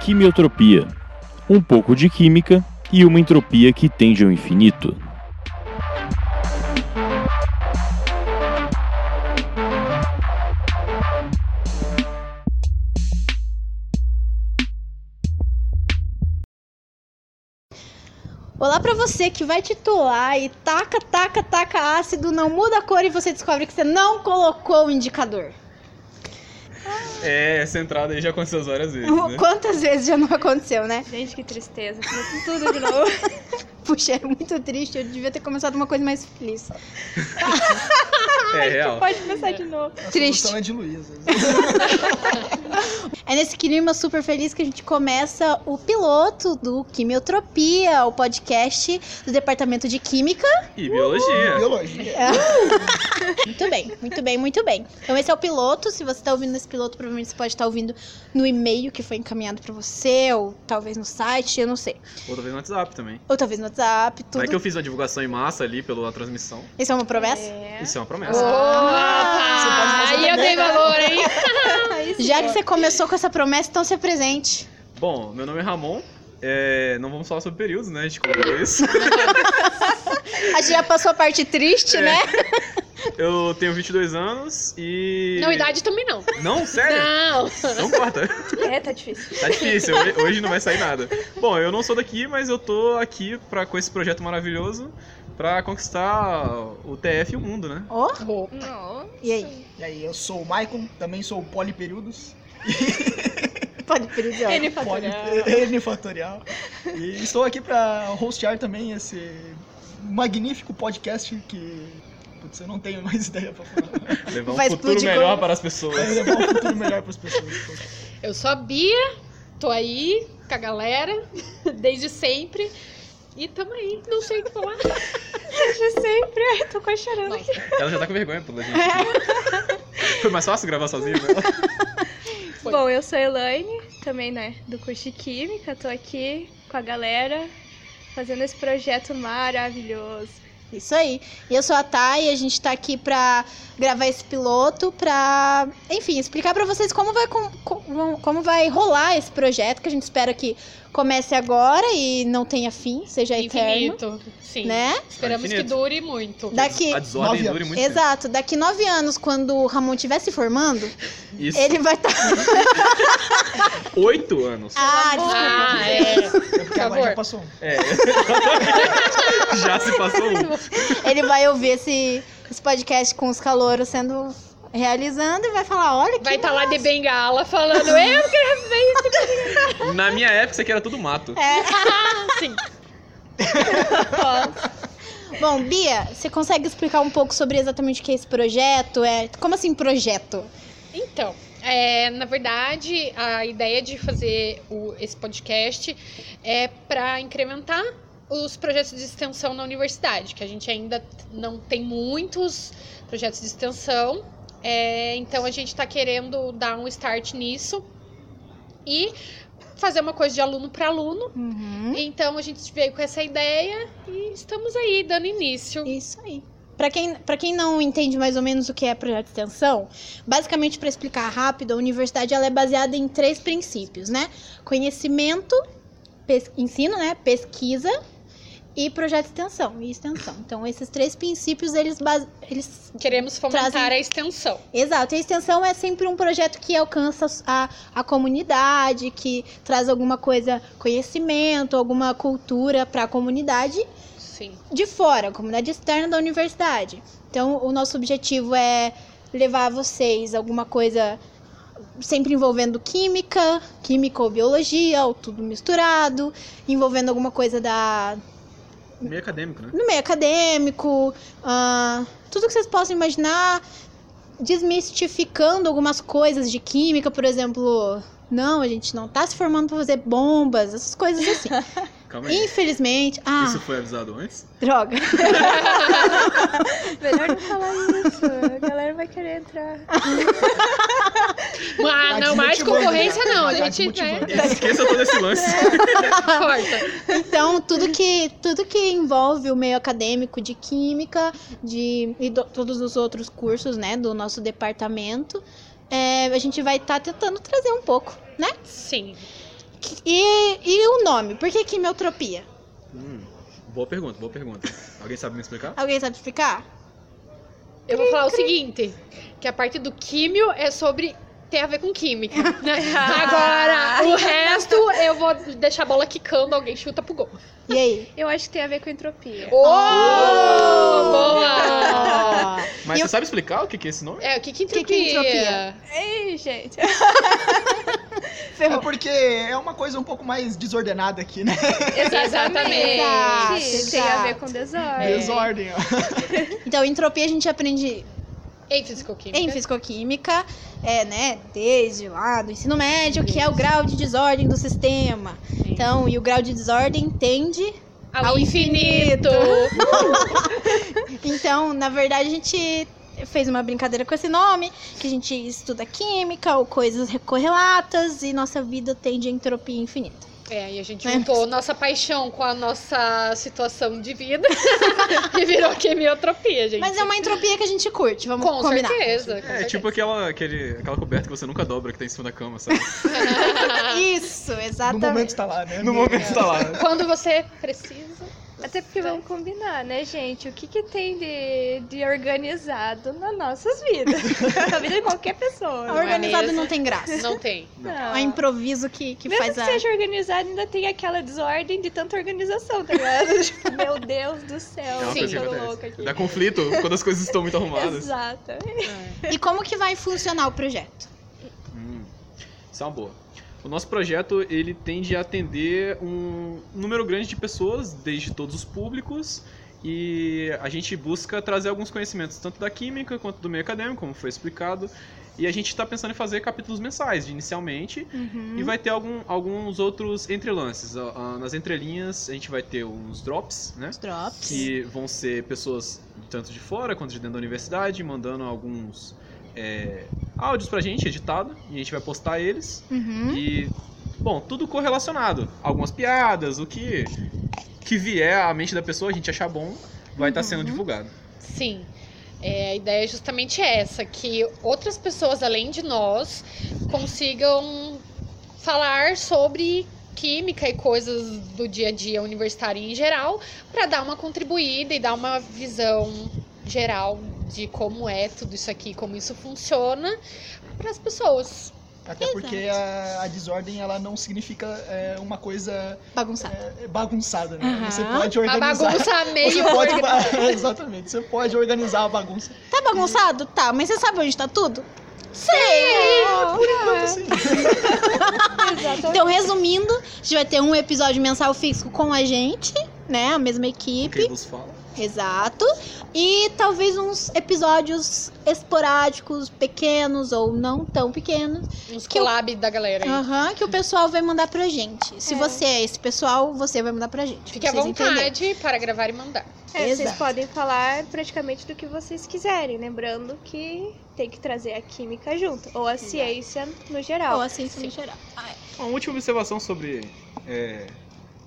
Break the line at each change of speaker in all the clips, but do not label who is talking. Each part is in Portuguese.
quimiotropia, um pouco de química e uma entropia que tende ao infinito.
Olá pra você que vai titular e taca, taca, taca ácido, não muda a cor e você descobre que você não colocou o indicador.
É, essa entrada aí já aconteceu várias vezes, né?
Quantas vezes já não aconteceu, né?
Gente, que tristeza. Começou tudo de novo.
Puxa, é muito triste, eu devia ter começado uma coisa mais feliz.
É real.
Pode começar de novo.
A
Triste.
solução é de Luísa.
É nesse clima super feliz que a gente começa o piloto do Quimiotropia, o podcast do Departamento de Química.
E biologia.
Biologia.
Muito bem, muito bem, muito bem. Então esse é o piloto. Se você está ouvindo esse piloto, provavelmente você pode estar ouvindo no e-mail que foi encaminhado para você, ou talvez no site, eu não sei.
Outra vez no WhatsApp também.
Ou talvez no WhatsApp, tudo.
Vai que eu fiz uma divulgação em massa ali pela transmissão.
Isso é uma promessa?
É.
Isso é uma promessa.
Você pode
Opa!
fazer
Aí eu
também.
dei valor, hein? É.
Já que você começou com essa promessa, então se apresente.
Bom, meu nome é Ramon. É, não vamos falar sobre períodos, né? A gente colocou isso.
A gente já passou a parte triste,
É.
né?
Eu tenho 22 anos e.
Não, idade também não.
Não, sério?
Não.
Não corta.
É, tá difícil.
Tá difícil, hoje- hoje não vai sair nada. Bom, eu não sou daqui, mas eu tô aqui pra, com esse projeto maravilhoso pra conquistar o TF e o mundo, né?
Ó,
Bom,
Não.
e aí?
E aí, eu sou o Maicon, também sou o poliperíodos.
Pode pedir, ó.
Ele
Poli...
faturou.
N-fatorial. E estou aqui pra hostear também esse magnífico podcast que... Putz, eu não tenho mais ideia pra falar.
Levar um
Vai
futuro
explodir
melhor
como?
para as pessoas.
Vai levar um futuro melhor pras pessoas.
eu sou a Bia, tô aí com a galera, desde sempre. E tamo aí, não sei o que falar.
Desde sempre. Ai, tô quase chorando.
Nossa,
Ela já tá com vergonha, pô, da gente. Foi mais fácil gravar sozinho, né?
Foi.
Bom, eu sou a Elaine, também, né, do curso de Química. Tô aqui com a galera, fazendo esse projeto maravilhoso.
Isso aí. E eu sou a Thay e a gente tá aqui pra gravar esse piloto, pra, enfim, explicar pra vocês como vai, com- com- como vai rolar esse projeto, que a gente espera que comece agora e não tenha fim, seja eterno.
infinito. Sim.
Né?
Esperamos que
Infinito.
dure muito.
Daqui.
A desordem
Nove
dure muito tempo.
Exato, daqui nove anos, quando o Ramon estiver se formando,
Isso.
ele vai tá- estar.
Oito anos.
Ah, desculpa.
Ah, é.
É porque agora
favor.
já passou um.
É, exatamente. Já se passou um.
Ele vai ouvir esse, esse podcast com os calouros sendo realizando e vai falar: olha que.
Vai tá estar lá de bengala falando, eu quero ver isso.
Na minha época, isso aqui era tudo mato.
É.
Sim.
Bom, Bia, você consegue explicar um pouco sobre exatamente o que é esse projeto? É... Como assim, projeto?
Então, é, na verdade, a ideia de fazer o- esse podcast é para incrementar os projetos de extensão na universidade, que a gente ainda t- não tem muitos projetos de extensão, é, então a gente está querendo dar um start nisso e fazer uma coisa de aluno para aluno.
Uhum.
Então a gente veio com essa ideia e estamos aí dando início.
Isso aí. Pra quem, pra quem não entende mais ou menos o que é projeto de extensão, basicamente para explicar rápido, a universidade ela é baseada em três princípios, né? Conhecimento, pes- ensino, né? Pesquisa e projeto de extensão e extensão. Então, esses três princípios, eles, base- eles
Queremos fomentar
Trazem-
a extensão.
Exato, e a extensão é sempre um projeto que alcança a, a comunidade, que traz alguma coisa, conhecimento, alguma cultura para a comunidade
Sim.
de fora, a comunidade externa da universidade. Então, o nosso objetivo é levar a vocês alguma coisa sempre envolvendo química, química ou biologia, ou tudo misturado, envolvendo alguma coisa da,
Meio acadêmico, né?
no meio acadêmico, ah, tudo que vocês possam imaginar, desmistificando algumas coisas de química, por exemplo. Não, a gente não tá se formando pra fazer bombas, essas coisas assim.
Calma aí.
Infelizmente. Ah,
Isso foi avisado antes?
droga.
Melhor não falar isso. A galera vai querer entrar.
Ah,
Tá
não, mais
desmotivando,
concorrência
né?
não. A
Tá
gente né,
desmotivando.
Esqueça todo esse lance.
corta.
Então, tudo que, tudo que envolve o meio acadêmico de química de, e do- todos os outros cursos né, do nosso tá departamento, é, a gente vai estar tentando trazer um pouco, né?
Sim.
E, e o nome? Por que quimiotropia?
Hum, boa pergunta, boa pergunta. Alguém sabe me explicar?
Alguém sabe explicar?
Eu vou falar o seguinte: que a parte do químio é sobre ter a ver com química. né? Agora, o resto eu vou deixar a bola quicando, alguém chuta pro gol.
E aí?
Eu acho que tem a ver com entropia.
Oh! Boa!
Mas
E
você
eu-
sabe explicar o que que é esse nome?
É, o que que
Que
entropia?
que é entropia?
Ei, gente.
É porque é uma coisa um pouco mais desordenada aqui, né?
Exatamente.
Exato,
Tem a ver
exato.
com desordem.
Desordem, ó.
Então, entropia a gente aprende
Em fisicoquímica.
em fisicoquímica, é, né, desde lá do ensino médio, que é o grau de desordem do sistema. Então, e o grau de desordem tende
Ao infinito.
Então, na verdade, a gente fez uma brincadeira com esse nome, que a gente estuda química ou coisas correlatas e nossa vida tende a entropia infinita.
É, e a gente
É.
juntou nossa paixão com a nossa situação de vida e virou quimiotropia, gente.
Mas é uma entropia que a gente curte, vamos
Com
combinar.
certeza. com
É
certeza.
tipo aquela, aquele, aquela coberta que você nunca dobra que tá em cima da cama, sabe?
Isso,
No
exatamente.
momento tá lá, né?
No momento tá lá.
Quando você precisa.
Até porque vamos combinar, né, gente? O que, que tem de, de organizado nas nossas vidas? Na vida de qualquer pessoa.
A
não é?
organizada
mesmo.
não tem graça.
Não tem.
Não.
É improviso que, que
Mesmo
faz
que
a.
seja organizado, ainda tem aquela desordem de tanta organização, tá ligado? tipo, meu Deus do céu,
É uma
Sim.
coisa que
tô tá louca
acontece.
aqui.
Dá conflito quando as coisas estão muito arrumadas.
Exato.
E como que vai funcionar o projeto?
Hum, isso é uma boa. O nosso projeto ele tende a atender um número grande de pessoas, desde todos os públicos, e a gente busca trazer alguns conhecimentos, tanto da química quanto do meio acadêmico, como foi explicado. E a gente está pensando em fazer capítulos mensais, inicialmente, e vai ter algum, alguns outros entrelances. Ah, ah, Nas entrelinhas, a gente vai ter uns drops, né?
Os drops.
que vão ser pessoas tanto de fora quanto de dentro da universidade mandando alguns é, áudios pra gente editado e a gente vai postar eles
Uhum.
e bom tudo correlacionado algumas piadas o que que vier à mente da pessoa a gente achar bom vai estar sendo
Uhum.
divulgado
Sim. É, a ideia é justamente essa, que outras pessoas além de nós consigam falar sobre química e coisas do dia a dia universitário em geral, para dar uma contribuída e dar uma visão geral de como é tudo isso aqui, como isso funciona para as pessoas.
Até porque a, a desordem, ela não significa é, uma coisa
Bagunçado.
é, bagunçada, né?
Aham. Tá
Você pode
A
organizar...
bagunça meio
Você pode... É,
orga-
Exatamente, você pode organizar a bagunça.
Tá bagunçado? Tá, mas você sabe onde tá tudo?
é.
Tanto assim.
Exatamente.
Então, resumindo, a gente vai ter um episódio mensal fixo com a gente, né? A mesma
o
equipe.
que nos fala
Exato. E talvez uns episódios esporádicos, pequenos ou não tão pequenos,
uns
que eu-
collab da galera aí.
aham, que o pessoal vai mandar pra gente. Se
É.
você é esse pessoal, você vai mandar pra gente.
Fique à
Vocês
vontade
entenderam.
para gravar e mandar.
É, vocês
Exato.
podem falar praticamente do que vocês quiserem, lembrando que tem que trazer a química junto, ou a ciência no
Ou
geral.
assim, no geral. Ah, é.
Uma última observação sobre é,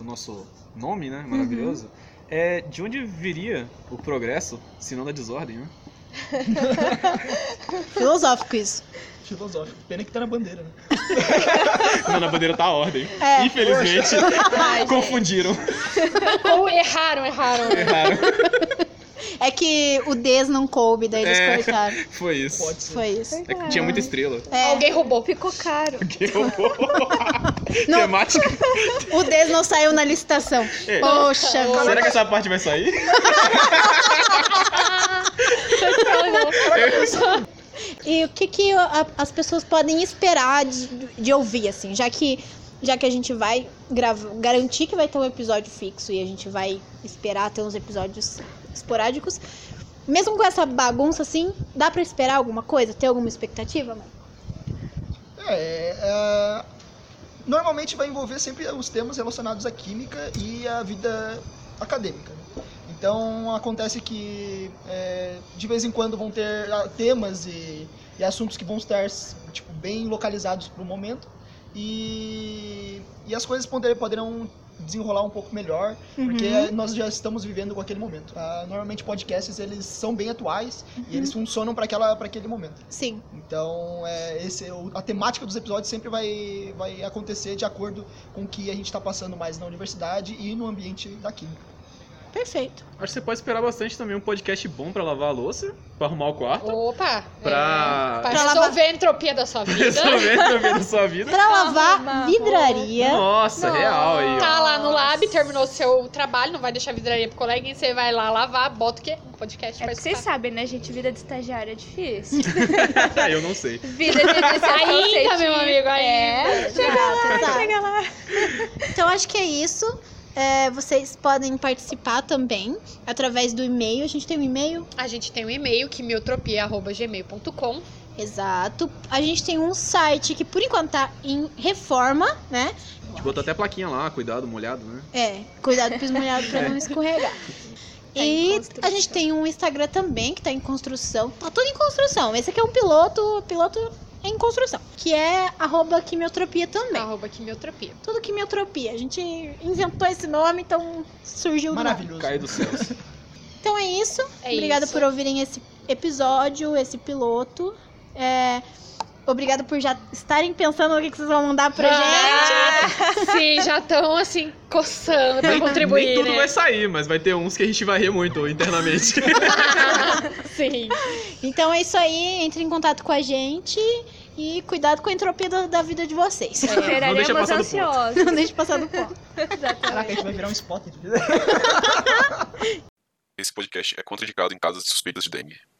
o nosso nome, né? Maravilhoso. É de onde viria o progresso, se não da desordem, né?
Filosófico isso.
Filosófico. Pena que tá na bandeira, né?
Não, na bandeira tá a ordem.
É.
Infelizmente,
Ai, gente.
confundiram.
Ou erraram, erraram.
Erraram.
É que o Des não coube, daí eles
É.
cortaram.
Foi isso.
Pode ser.
Foi isso.
É
Ah.
que tinha muita estrela.
É.
Alguém roubou.
Ficou caro.
Que horror.
Não.
Temática.
O Des não saiu na licitação.
É.
Poxa,
Será que essa parte vai sair?
E o que, que a- as pessoas podem esperar de, de ouvir, assim? Já que, já que a gente vai grava- garantir que vai ter um episódio fixo e a gente vai esperar ter uns episódios esporádicos. Mesmo com essa bagunça, assim, dá pra esperar alguma coisa? Ter alguma expectativa? mãe?
É, é, normalmente vai envolver sempre os temas relacionados à química e à vida acadêmica. né? Então acontece que é, de vez em quando vão ter ah, temas e, e assuntos que vão estar s- tipo, bem localizados para o momento e, e as coisas poder- poderão desenrolar um pouco melhor,
Uhum.
porque eh, nós já estamos vivendo com aquele momento. Ah, normalmente podcasts eles são bem atuais e eles funcionam para aquela para aquele momento.
Sim.
Então, é, esse é o- a temática dos episódios sempre vai vai acontecer de acordo com o que a gente está passando mais na universidade e no ambiente da química.
Perfeito.
Acho que você pode esperar bastante também um podcast bom pra lavar a louça, pra arrumar o quarto.
Opa!
Pra-
é, pra
Pra
resolver
lavar-
a entropia da sua vida.
Resolver também da sua vida.
Pra lavar
Arruma
É?
vidraria.
Nossa,
Nossa.
real aí, ó.
Tá lá no lab, terminou seu trabalho, não vai deixar a vidraria pro colega, e você vai lá lavar, bota o quê? Um podcast
É
pra
porque vocês
escutar.
sabem, né, gente? Vida de estagiário é difícil.
Ah, Eu não sei.
Vida de
Ainda, meu amigo,
É,
ainda.
chega lá,
Tá.
chega lá.
Então acho que é isso. É, vocês podem participar também através do e-mail. A gente tem um e-mail?
A gente tem um e-mail, quimiotropia.gmail.com.
Exato. A gente tem um site que por enquanto tá em reforma, né?
A gente botou até a plaquinha lá, cuidado, molhado, né?
É, cuidado pros molhados pra não escorregar.
Tá em
e
construção.
a gente tem um Instagram também que tá em construção. Tá tudo em construção. Esse aqui é um piloto, o piloto é em construção. Que é arroba quimiotropia também.
Arroba quimiotropia.
Tudo quimiotropia. A gente inventou esse nome, então surgiu o nome.
Maravilhoso.
Caiu dos céus.
Então é isso.
É
Obrigada
isso.
por ouvirem esse episódio, esse piloto. É, Obrigada por já estarem pensando no que que vocês vão mandar
Ah,
pra gente.
gente! Sim, já estão assim, coçando pra
Nem
contribuir,
tudo vai
né?
sair, mas vai ter uns que a gente vai rir muito internamente.
Sim.
Então é isso aí. Entre em contato com a gente e cuidado com a entropia da, da vida de vocês.
não deixa
Esperaremos
passar do ponto.
ansiosos.
Não deixe passar do ponto.
Caraca, a gente vai virar um spot.
Esse podcast é contraindicado em casos de suspeitas de dengue.